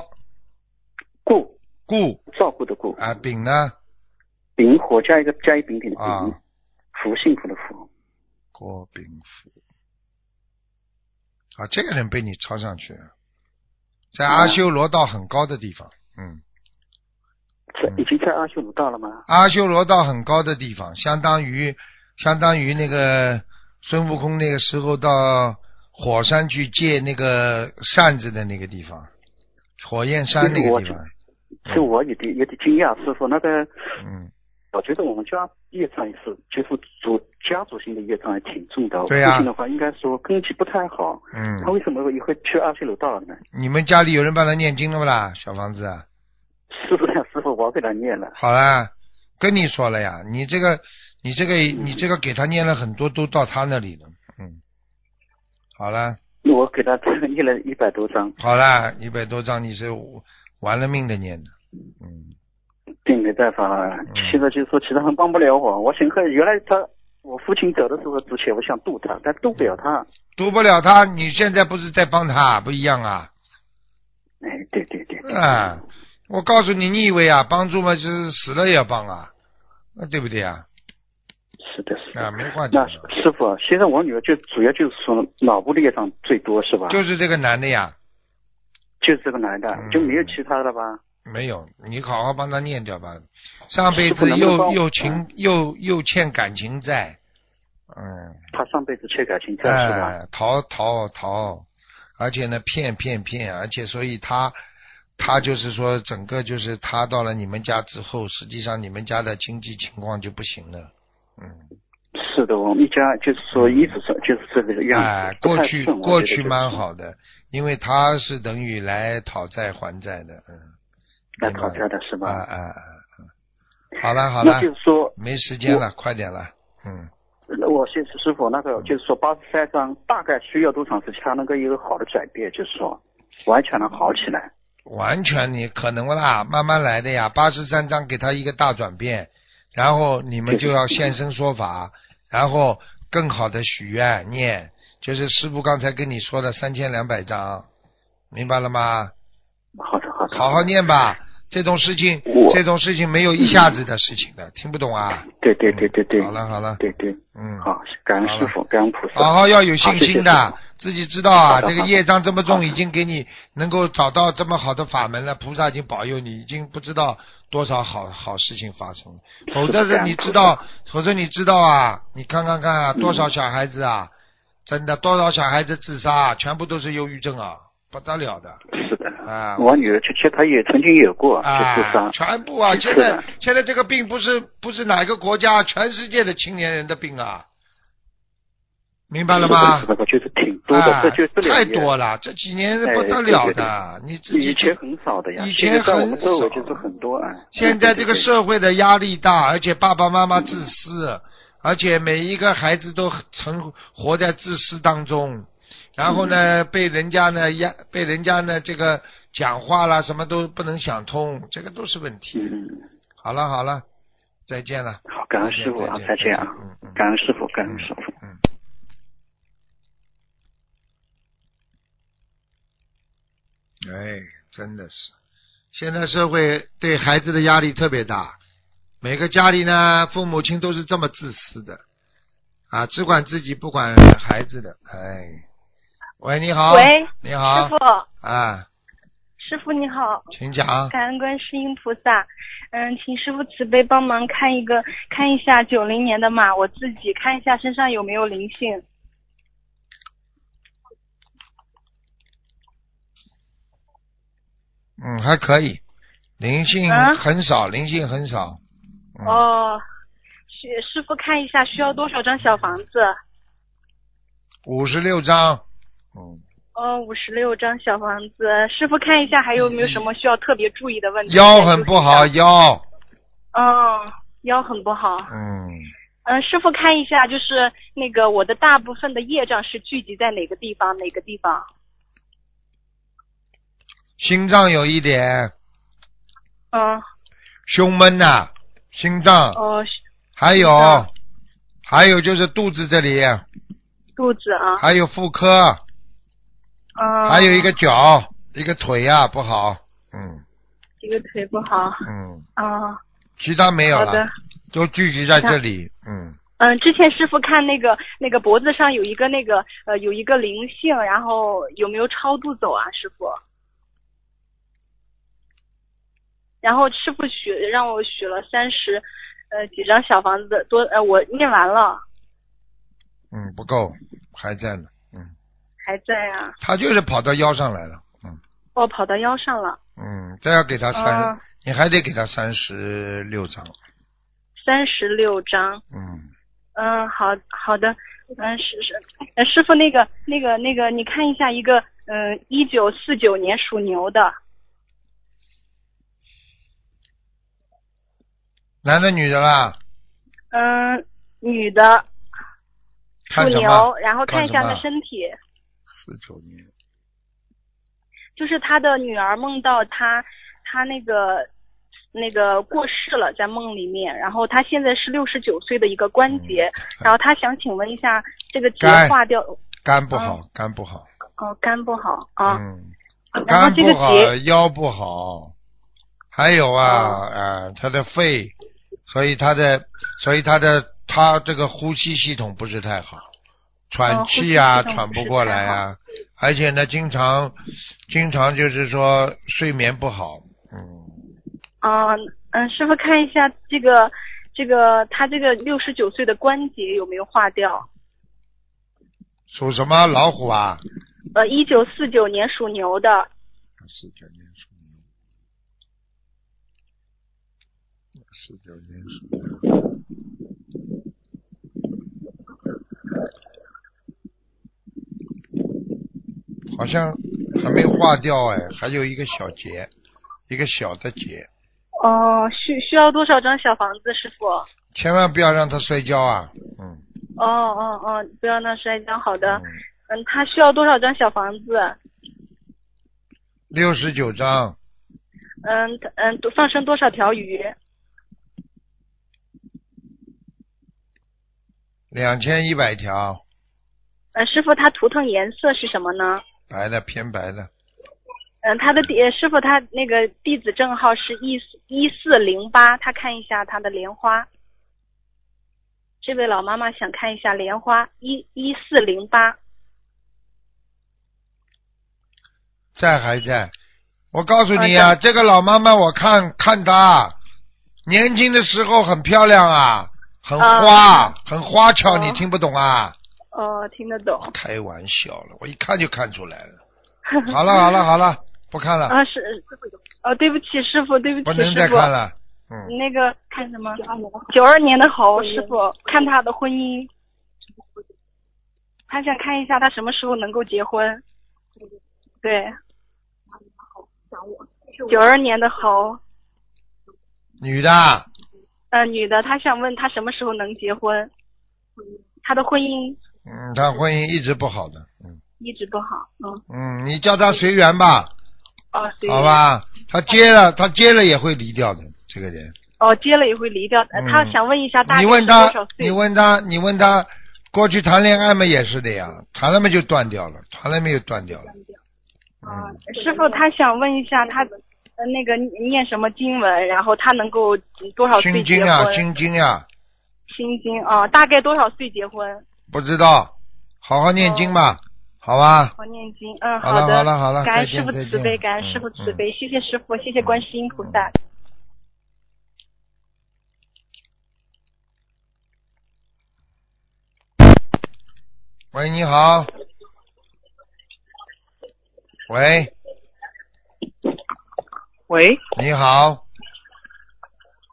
[SPEAKER 4] 顾
[SPEAKER 1] 顾
[SPEAKER 4] 照顾的顾，
[SPEAKER 1] 啊，丙呢
[SPEAKER 4] 丙火加一个加一丙丁的丙，
[SPEAKER 1] 啊，
[SPEAKER 4] 福幸福的福。
[SPEAKER 1] 郭炳福。啊，这个人被你抄上去了，在阿修罗道很高的地方，嗯，
[SPEAKER 4] 这已经在阿修罗道了吗？
[SPEAKER 1] 阿修罗道很高的地方，相当于相当于那个孙悟空那个时候到火山去借那个扇子的那个地方，火焰山那个地方，
[SPEAKER 4] 这我也得也得惊讶，师傅那个
[SPEAKER 1] 嗯，
[SPEAKER 4] 我觉得我们家业障也是，就是主家族性的业障也挺重的。
[SPEAKER 1] 对呀啊
[SPEAKER 4] 父亲的话应该说根基不太好，
[SPEAKER 1] 嗯
[SPEAKER 4] 他，为什么也会去二修罗道了呢？
[SPEAKER 1] 你们家里有人帮他念经了不啦？小房子啊，
[SPEAKER 4] 师傅呀， 师傅，我给他念了。
[SPEAKER 1] 好啦，跟你说了呀，你这个，你这个，你这个给他念了很多，都到他那里了。嗯，好啦，
[SPEAKER 4] 我给他念了一百多张，
[SPEAKER 1] 好啦，一百多张你是玩了命的念的。嗯，
[SPEAKER 4] 并没办法了。现在就是说，其他人帮不了我。我想看，原来他我父亲走的时候之前，我想渡他，但渡不了他。
[SPEAKER 1] 读不了他，你现在不是在帮他，不一样啊。
[SPEAKER 4] 哎，对对对，对
[SPEAKER 1] 啊，我告诉你，你以为啊，帮助嘛，就是死了也要帮啊，那对不对啊？
[SPEAKER 4] 是的，是
[SPEAKER 1] 啊，
[SPEAKER 4] 的。
[SPEAKER 1] 没话讲
[SPEAKER 4] 那
[SPEAKER 1] 了，
[SPEAKER 4] 师傅，啊现在我女儿就主要就是说脑部的业障最多是吧？
[SPEAKER 1] 就是这个男的呀，
[SPEAKER 4] 就是这个男的，
[SPEAKER 1] 嗯
[SPEAKER 4] 就没有其他的吧？
[SPEAKER 1] 没有，你好好帮他念掉吧。上辈
[SPEAKER 4] 师傅
[SPEAKER 1] 子
[SPEAKER 4] 能不能帮
[SPEAKER 1] 又
[SPEAKER 4] 我
[SPEAKER 1] 又情又又欠感情债，嗯，
[SPEAKER 4] 他上辈子缺感情债是吧？
[SPEAKER 1] 哎，逃逃逃，而且呢，骗骗骗，而且所以他他就是说，整个就是他到了你们家之后，实际上你们家的经济情况就不行了，嗯。
[SPEAKER 4] 是的，我们一家就是说一直是就是这个样子。
[SPEAKER 1] 哎，
[SPEAKER 4] 不
[SPEAKER 1] 过
[SPEAKER 4] 太
[SPEAKER 1] 去
[SPEAKER 4] 顺
[SPEAKER 1] 过去蛮。
[SPEAKER 4] 我觉得就是
[SPEAKER 1] 好的，因为他是等于来讨债还债的，嗯，
[SPEAKER 4] 来
[SPEAKER 1] 明白
[SPEAKER 4] 讨债的是吧
[SPEAKER 1] 啊啊啊！啊好了好
[SPEAKER 4] 那
[SPEAKER 1] 了，
[SPEAKER 4] 就是说，
[SPEAKER 1] 没时间了，快点了，嗯，
[SPEAKER 4] 那呃我现在师傅那个就是说八十三张，大概需要多长时间才能够有一个好的转变？就是说，完全能好起来。
[SPEAKER 1] 完全你可能不啦，慢慢来的呀。八十三章给他一个大转变，然后你们就要现身说法，然后更好的许愿念，就是师傅刚才跟你说的三千两百章，明白了吗？
[SPEAKER 4] 好的，好的。
[SPEAKER 1] 好好。念吧。这种事情
[SPEAKER 4] 我，
[SPEAKER 1] 这种事情没有一下子的事情的，听不懂啊？
[SPEAKER 4] 对对对对对。
[SPEAKER 1] 好了好了，
[SPEAKER 4] 对对，
[SPEAKER 1] 嗯，
[SPEAKER 4] 好，感恩师
[SPEAKER 1] 好
[SPEAKER 4] 傅，感恩菩萨。
[SPEAKER 1] 好好要有
[SPEAKER 4] 啊
[SPEAKER 1] 信心的，
[SPEAKER 4] 好
[SPEAKER 1] 自己知道啊，
[SPEAKER 4] 好的
[SPEAKER 1] 这个
[SPEAKER 4] 好的
[SPEAKER 1] 业障这么
[SPEAKER 4] 好
[SPEAKER 1] 重，
[SPEAKER 4] 的
[SPEAKER 1] 已经给你能够找到这么好的法门了，菩萨已经保佑你，已经不知道多少好好事情发 生了。否则
[SPEAKER 4] 是
[SPEAKER 1] 是
[SPEAKER 4] 的
[SPEAKER 1] 你
[SPEAKER 4] 感恩
[SPEAKER 1] 知
[SPEAKER 4] 菩
[SPEAKER 1] 道，否则你知道啊，你看看看啊，多少
[SPEAKER 4] 嗯
[SPEAKER 1] 小孩子啊，真的多少小孩子自杀啊，全部都是忧郁症啊，不得了的。
[SPEAKER 4] 是的，
[SPEAKER 1] 啊
[SPEAKER 4] 我女儿其实她也曾经有过，就自
[SPEAKER 1] 啊
[SPEAKER 4] 杀，，
[SPEAKER 1] 全部啊！
[SPEAKER 4] 去
[SPEAKER 1] 现
[SPEAKER 4] 吃
[SPEAKER 1] 在
[SPEAKER 4] 的
[SPEAKER 1] 现在这个病不是不是哪一个国家，全世界的青年人的病啊，明白了吗
[SPEAKER 4] 是？的，是的就是挺多的，
[SPEAKER 1] 啊
[SPEAKER 4] 这就，这两
[SPEAKER 1] 太
[SPEAKER 4] 年
[SPEAKER 1] 多了，这几年
[SPEAKER 4] 哎
[SPEAKER 1] 不得了的，你自己
[SPEAKER 4] 以前很少的呀，
[SPEAKER 1] 以
[SPEAKER 4] 现在
[SPEAKER 1] 前
[SPEAKER 4] 在我
[SPEAKER 1] 很
[SPEAKER 4] 们周围
[SPEAKER 1] 少
[SPEAKER 4] 就是很多啊。哎
[SPEAKER 1] 现在这个
[SPEAKER 4] 对对对
[SPEAKER 1] 社会的压力大，而且爸爸妈妈自私，而且每一个孩子都成活在自私当中，然后呢，
[SPEAKER 4] 嗯
[SPEAKER 1] 被人家呢压，被人家呢这个讲话啦，什么都不能想通，这个都是问题。
[SPEAKER 4] 嗯，
[SPEAKER 1] 好了好了，再见了。
[SPEAKER 4] 好，感恩师傅啊，
[SPEAKER 1] 再
[SPEAKER 4] 再
[SPEAKER 1] 见
[SPEAKER 4] 见啊
[SPEAKER 1] 嗯嗯，
[SPEAKER 4] 感恩师傅，感恩师傅。
[SPEAKER 1] 哎，真的是，现在社会对孩子的压力特别大，每个家里呢，父母亲都是这么自私的，啊，只管自己不管孩子的。哎，喂，你好，
[SPEAKER 5] 喂，
[SPEAKER 1] 你
[SPEAKER 5] 师
[SPEAKER 1] 好
[SPEAKER 5] 傅，，
[SPEAKER 1] 啊，
[SPEAKER 5] 师傅你好，
[SPEAKER 1] 请讲，
[SPEAKER 5] 感恩观世音菩萨。嗯，请师傅慈悲帮忙看一个，看一下九零年的马，我自己看一下身上有没有灵性。
[SPEAKER 1] 嗯，还可以，灵性
[SPEAKER 5] 啊
[SPEAKER 1] 很少，灵性很少，嗯
[SPEAKER 5] 哦，师师傅看一下需要多少张小房子？
[SPEAKER 1] 五十六章，嗯，
[SPEAKER 5] 哦，五十六张小房子。师傅看一下还有没有什么需要特别注意的问题？
[SPEAKER 1] 腰很不好，腰，
[SPEAKER 5] 嗯，腰很不好。
[SPEAKER 1] 嗯，
[SPEAKER 5] 嗯，师傅看一下，就是那个我的大部分的业障是聚集在哪个地方？哪个地方？
[SPEAKER 1] 心脏有一点，
[SPEAKER 5] 嗯，
[SPEAKER 1] 胸闷呐、心脏，
[SPEAKER 5] 哦，
[SPEAKER 1] 还有
[SPEAKER 5] 脏，
[SPEAKER 1] 还有就是肚子这里，
[SPEAKER 5] 啊肚子啊，
[SPEAKER 1] 还有妇科，
[SPEAKER 5] 嗯，
[SPEAKER 1] 还有一个脚，一个腿呀、不好，嗯
[SPEAKER 5] 一个腿不好，
[SPEAKER 1] 嗯，
[SPEAKER 5] 啊，
[SPEAKER 1] 其他没有
[SPEAKER 5] 好的
[SPEAKER 1] 了，，都聚集在这里，嗯，
[SPEAKER 5] 嗯，之前师傅看那个那个脖子上有一个那个呃有一个灵性，然后有没有超度走啊，师傅？然后师傅许让我许了三十，呃几张小房子多呃我念完了
[SPEAKER 1] 嗯，不够，还在呢，
[SPEAKER 5] 还在啊，
[SPEAKER 1] 他就是跑到腰上来了，嗯
[SPEAKER 5] 哦跑到腰上了，
[SPEAKER 1] 嗯，再要给他三，
[SPEAKER 5] 啊
[SPEAKER 1] 你还得给他三十六张，
[SPEAKER 5] 三十六章。
[SPEAKER 1] 嗯，
[SPEAKER 5] 嗯，好好的，嗯，师师呃师傅那个那个那个，你看一下一个嗯一九四九年属牛的
[SPEAKER 1] 男的女的啦？
[SPEAKER 5] 嗯女的属
[SPEAKER 1] 看什么
[SPEAKER 5] 牛，？然后看一下
[SPEAKER 1] 看
[SPEAKER 5] 她
[SPEAKER 1] 什么
[SPEAKER 5] 身体，
[SPEAKER 1] 四九年，
[SPEAKER 5] 就是她的女儿梦到她她那个那个过世了，在梦里面，然后她现在是六十九岁的一个关节，然后她想请问一下这个结
[SPEAKER 1] 嗯肝
[SPEAKER 5] 化掉
[SPEAKER 1] 肝不好，肝不好。
[SPEAKER 5] 哦肝不好啊，
[SPEAKER 1] 嗯，
[SPEAKER 5] 然后
[SPEAKER 1] 肝
[SPEAKER 5] 这
[SPEAKER 1] 不
[SPEAKER 5] 个
[SPEAKER 1] 好
[SPEAKER 5] 结，
[SPEAKER 1] 腰不好，还有
[SPEAKER 5] 哦
[SPEAKER 1] 啊，呃，他的肺，所以他的，所以他的，他这个呼吸系统不是太好，
[SPEAKER 5] 哦
[SPEAKER 1] 喘
[SPEAKER 5] 呼
[SPEAKER 1] 气
[SPEAKER 5] 吸
[SPEAKER 1] 啊，
[SPEAKER 5] 系统
[SPEAKER 1] 喘
[SPEAKER 5] 不
[SPEAKER 1] 不
[SPEAKER 5] 是
[SPEAKER 1] 过
[SPEAKER 5] 太
[SPEAKER 1] 来
[SPEAKER 5] 好
[SPEAKER 1] 啊，而且呢，经常，经常就是说睡眠不好，嗯，
[SPEAKER 5] 啊，嗯，师傅看一下这个这个他这个六十九岁的关节有没有化掉？
[SPEAKER 1] 属什么老虎啊？
[SPEAKER 5] 呃，一九四九年属牛的，
[SPEAKER 1] 四九年属牛，四九年属牛。好像还没化掉哎，还有一个小结，一个小的结，
[SPEAKER 5] 哦、需需要多少张小房子，师傅？
[SPEAKER 1] 千万不要让它摔跤啊！嗯，
[SPEAKER 5] 哦哦哦，不要那摔跤，好的
[SPEAKER 1] 嗯。
[SPEAKER 5] 嗯，他需要多少张小房子？
[SPEAKER 1] 六十九章，
[SPEAKER 5] 嗯他嗯，多放生多少条鱼？
[SPEAKER 1] 两千一百条，
[SPEAKER 5] 呃，师傅，他图腾颜色是什么呢？
[SPEAKER 1] 白的偏白的，
[SPEAKER 5] 嗯，他的弟呃师傅他那个弟子证号是一一四零八，他看一下他的莲花。这位老妈妈想看一下莲花一一四零八，
[SPEAKER 1] 在还在。我告诉你啊，这个老妈妈，我看看她啊年轻的时候很漂亮啊，很花，
[SPEAKER 5] 啊
[SPEAKER 1] 很花俏，
[SPEAKER 5] 哦
[SPEAKER 1] 你听不懂啊？
[SPEAKER 5] 哦，听得懂。
[SPEAKER 1] 开玩笑了，我一看就看出来了。好了好了好了，不看了，
[SPEAKER 5] 啊，是哦，对不起，师傅，对不
[SPEAKER 1] 不
[SPEAKER 5] 起，
[SPEAKER 1] 能
[SPEAKER 5] 师
[SPEAKER 1] 再
[SPEAKER 5] 傅。
[SPEAKER 1] 看了。嗯，
[SPEAKER 5] 那个看什么？九二年的猴，师傅看他的婚姻，他想看一下他什么时候能够结婚。对，九二年的猴。
[SPEAKER 1] 女的，啊
[SPEAKER 5] 呃，女的，她想问她什么时候能结婚？她的婚姻
[SPEAKER 1] 嗯，她婚姻一直不好的。嗯
[SPEAKER 5] 一直不好，嗯，
[SPEAKER 1] 嗯，你叫她随缘吧，
[SPEAKER 5] 哦，对，
[SPEAKER 1] 好，吧？她接了，她接了也会离掉的。这个人，
[SPEAKER 5] 哦，结了也会离掉。呃
[SPEAKER 1] 嗯
[SPEAKER 5] 她想问一下，大概
[SPEAKER 1] 你
[SPEAKER 5] 是
[SPEAKER 1] 问
[SPEAKER 5] 多
[SPEAKER 1] 她
[SPEAKER 5] 少，岁
[SPEAKER 1] 你？问她，你问她，过去谈恋爱嘛也是的呀，谈了嘛就断掉了，谈了没有断掉了。嗯
[SPEAKER 5] 啊，师傅，她想问一下她呃那个念什么经文，然后她能够多少岁
[SPEAKER 1] 心
[SPEAKER 5] 结
[SPEAKER 1] 经
[SPEAKER 5] 婚？
[SPEAKER 1] 啊，心经啊，
[SPEAKER 5] 心经啊，大概多少岁结婚？
[SPEAKER 1] 不知道，好好念经
[SPEAKER 5] 哦
[SPEAKER 1] 吧，好吧。
[SPEAKER 5] 好念经，嗯，
[SPEAKER 1] 好了
[SPEAKER 5] 的，
[SPEAKER 1] 好了好了
[SPEAKER 5] 感恩
[SPEAKER 1] 再
[SPEAKER 5] 师
[SPEAKER 1] 见
[SPEAKER 5] 傅
[SPEAKER 1] 再
[SPEAKER 5] 慈
[SPEAKER 1] 见
[SPEAKER 5] 悲，感恩
[SPEAKER 1] 嗯
[SPEAKER 5] 师傅慈
[SPEAKER 1] 嗯
[SPEAKER 5] 悲，谢谢师傅，谢谢观世音菩萨。
[SPEAKER 1] 喂，你好。喂，
[SPEAKER 6] 喂
[SPEAKER 1] 你好，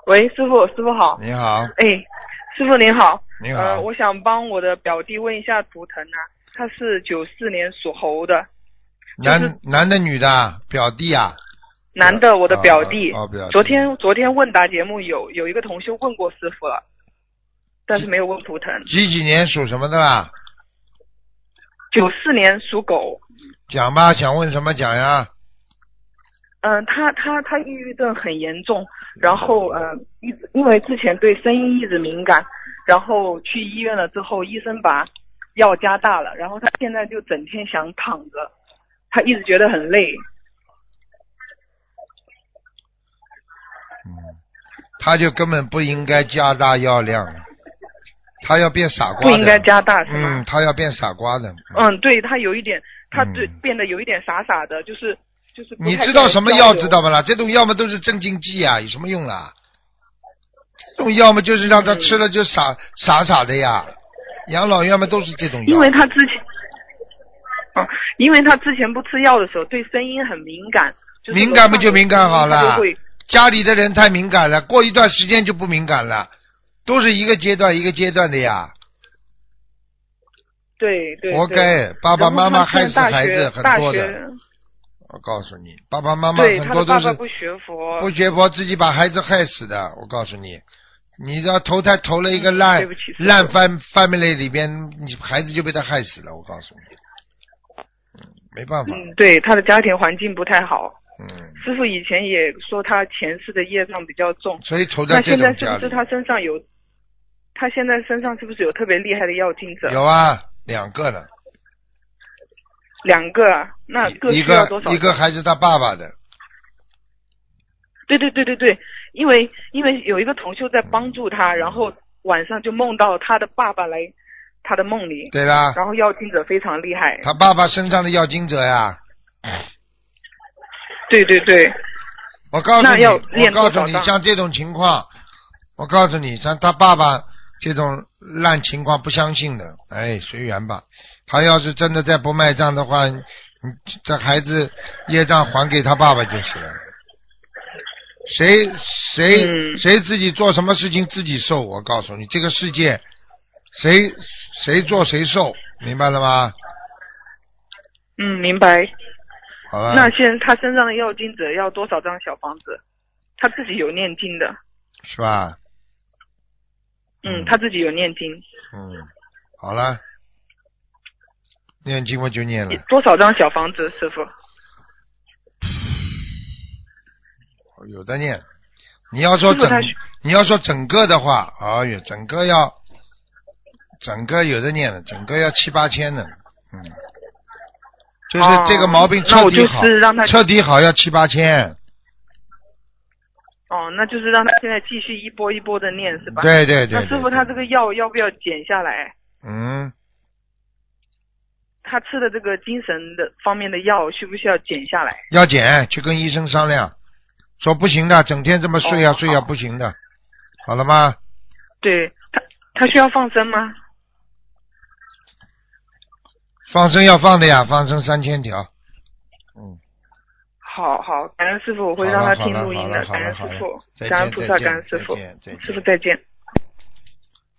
[SPEAKER 6] 喂，师傅，师傅好。
[SPEAKER 1] 你好，
[SPEAKER 6] 哎，师傅您好。
[SPEAKER 1] 你好
[SPEAKER 6] 呃，我想帮我的表弟问一下图腾啊，他是九四年属猴的，
[SPEAKER 1] 男男的女的啊，表弟啊，
[SPEAKER 6] 男的，我的表弟。
[SPEAKER 1] 哦哦表弟
[SPEAKER 6] 昨天昨天问答节目有有一个同修问过师傅了，但是没有问图腾。
[SPEAKER 1] 几几年属什么的啦？
[SPEAKER 6] 九四年属狗。
[SPEAKER 1] 讲吧，想问什么讲呀？
[SPEAKER 6] 嗯、他他他抑郁症很严重，然后呃，一直因为之前对声音一直敏感，然后去医院了之后，医生把药加大了，然后他现在就整天想躺着，他一直觉得很累。
[SPEAKER 1] 他就根本不应该加大药量了，他要变傻瓜
[SPEAKER 6] 不
[SPEAKER 1] 的。
[SPEAKER 6] 应该加大是
[SPEAKER 1] 嗯
[SPEAKER 6] 吗，？
[SPEAKER 1] 他要变傻瓜的。
[SPEAKER 6] 嗯，对他有一点，他对、
[SPEAKER 1] 嗯
[SPEAKER 6] 变得有一点傻傻的，就是就是不
[SPEAKER 1] 你
[SPEAKER 6] 太
[SPEAKER 1] 知道
[SPEAKER 6] 敢
[SPEAKER 1] 什么
[SPEAKER 6] 交
[SPEAKER 1] 药
[SPEAKER 6] 流
[SPEAKER 1] 知道不啦？这种药嘛都是镇静剂啊，有什么用啦？这种药嘛就是让他吃了就傻、傻傻的呀。养老院嘛都是这种药。
[SPEAKER 6] 因为他之前，啊，因为他之前不吃药的时候对声音很敏感，就是
[SPEAKER 1] 敏感不就敏感好
[SPEAKER 6] 他
[SPEAKER 1] 了
[SPEAKER 6] 就会
[SPEAKER 1] 家里的人太敏感了，过一段时间就不敏感了。都是一个阶段一个阶段的呀。
[SPEAKER 6] 对对。
[SPEAKER 1] 活
[SPEAKER 6] 对
[SPEAKER 1] 该，爸爸
[SPEAKER 6] 然后
[SPEAKER 1] 妈妈
[SPEAKER 6] 他
[SPEAKER 1] 害
[SPEAKER 6] 现
[SPEAKER 1] 死
[SPEAKER 6] 在大
[SPEAKER 1] 孩子
[SPEAKER 6] 学
[SPEAKER 1] 很
[SPEAKER 6] 大
[SPEAKER 1] 多
[SPEAKER 6] 学
[SPEAKER 1] 的。我告诉你，爸爸妈妈
[SPEAKER 6] 对
[SPEAKER 1] 很
[SPEAKER 6] 他
[SPEAKER 1] 多
[SPEAKER 6] 的
[SPEAKER 1] 都
[SPEAKER 6] 爸
[SPEAKER 1] 是
[SPEAKER 6] 爸不学佛，
[SPEAKER 1] 不学佛，自己把孩子害死的。我告诉你，你要投胎投了一个烂
[SPEAKER 6] 嗯对不起
[SPEAKER 1] 烂 fam family 里边，你孩子就被他害死了。我告诉你，嗯，没办法，
[SPEAKER 6] 嗯，对他的家庭环境不太好。
[SPEAKER 1] 嗯，
[SPEAKER 6] 师傅以前也说他前世的业障比较重，
[SPEAKER 1] 所以投
[SPEAKER 6] 那
[SPEAKER 1] 在这
[SPEAKER 6] 现在
[SPEAKER 1] 种
[SPEAKER 6] 是
[SPEAKER 1] 家
[SPEAKER 6] 不是
[SPEAKER 1] 里。
[SPEAKER 6] 他身上有？他现在身上是不是有特别厉害的药精者？
[SPEAKER 1] 有啊，两个呢，
[SPEAKER 6] 两个啊，那各
[SPEAKER 1] 一
[SPEAKER 6] 需
[SPEAKER 1] 一
[SPEAKER 6] 要多
[SPEAKER 1] 个
[SPEAKER 6] 少张？
[SPEAKER 1] 一个还是他爸爸的，
[SPEAKER 6] 对对对对对，因为因为有一个同修在帮助他，然后晚上就梦到他的爸爸来他的梦里，
[SPEAKER 1] 对啦，
[SPEAKER 6] 然后药精者非常厉害。
[SPEAKER 1] 他爸爸身上的要经者呀。
[SPEAKER 6] 对对对，
[SPEAKER 1] 我告诉
[SPEAKER 6] 那
[SPEAKER 1] 你，
[SPEAKER 6] 要
[SPEAKER 1] 我
[SPEAKER 6] 练
[SPEAKER 1] 告
[SPEAKER 6] 多
[SPEAKER 1] 诉
[SPEAKER 6] 少
[SPEAKER 1] 你，
[SPEAKER 6] 张
[SPEAKER 1] 像这种情况，我告诉你，像他爸爸这种烂情况，不相信的，哎，随缘吧。他要是真的再不卖账的话，你这孩子业障还给他爸爸就是了。谁谁、
[SPEAKER 6] 嗯
[SPEAKER 1] 谁自己做什么事情自己受，我告诉你，这个世界谁谁做谁受，明白了吗？
[SPEAKER 6] 嗯，明白。
[SPEAKER 1] 好了，
[SPEAKER 6] 那现在他身上的药精者要多少张小房子？他自己有念经的，
[SPEAKER 1] 是吧？
[SPEAKER 6] 嗯
[SPEAKER 1] 嗯，
[SPEAKER 6] 他自己有念经，
[SPEAKER 1] 嗯，好了，念经我就念了。
[SPEAKER 6] 多少张小房子，师傅？
[SPEAKER 1] 有的念。你要说
[SPEAKER 6] 师傅
[SPEAKER 1] 整
[SPEAKER 6] 他是，
[SPEAKER 1] 你要说整个的话，哎呦，整个要，整个有的念了，整个要七八千呢，嗯，就是
[SPEAKER 6] 哦
[SPEAKER 1] 这个毛病
[SPEAKER 6] 那
[SPEAKER 1] 彻
[SPEAKER 6] 我
[SPEAKER 1] 底
[SPEAKER 6] 就
[SPEAKER 1] 好，
[SPEAKER 6] 是让他
[SPEAKER 1] 彻底好要七八千，
[SPEAKER 6] 哦，那就是让他现在继续一波一波的念，是吧？。
[SPEAKER 1] 对对对。
[SPEAKER 6] 那师
[SPEAKER 1] 对
[SPEAKER 6] 傅他这
[SPEAKER 1] 对
[SPEAKER 6] 个药要不要减下来？
[SPEAKER 1] 嗯，
[SPEAKER 6] 他吃的这个精神的方面的药需不需要减下来？
[SPEAKER 1] 要减，去跟医生商量，说不行的，整天这么睡啊
[SPEAKER 6] 哦
[SPEAKER 1] 睡啊
[SPEAKER 6] 好
[SPEAKER 1] 不行的，好了吗？
[SPEAKER 6] 对他，他需要放生吗？
[SPEAKER 1] 放生要放的呀，放生三千条，嗯，
[SPEAKER 6] 好好，感恩师傅，我会
[SPEAKER 1] 好
[SPEAKER 6] 让
[SPEAKER 1] 了
[SPEAKER 6] 他
[SPEAKER 1] 好
[SPEAKER 6] 听
[SPEAKER 1] 了
[SPEAKER 6] 录音
[SPEAKER 1] 好
[SPEAKER 6] 的
[SPEAKER 1] 了，好
[SPEAKER 6] 感
[SPEAKER 1] 了
[SPEAKER 6] 恩
[SPEAKER 1] 好
[SPEAKER 6] 师
[SPEAKER 1] 了再
[SPEAKER 6] 傅，
[SPEAKER 1] 见
[SPEAKER 6] 感恩菩萨，
[SPEAKER 1] 再见
[SPEAKER 6] 感恩师傅
[SPEAKER 1] 再见再见，
[SPEAKER 6] 师傅再见。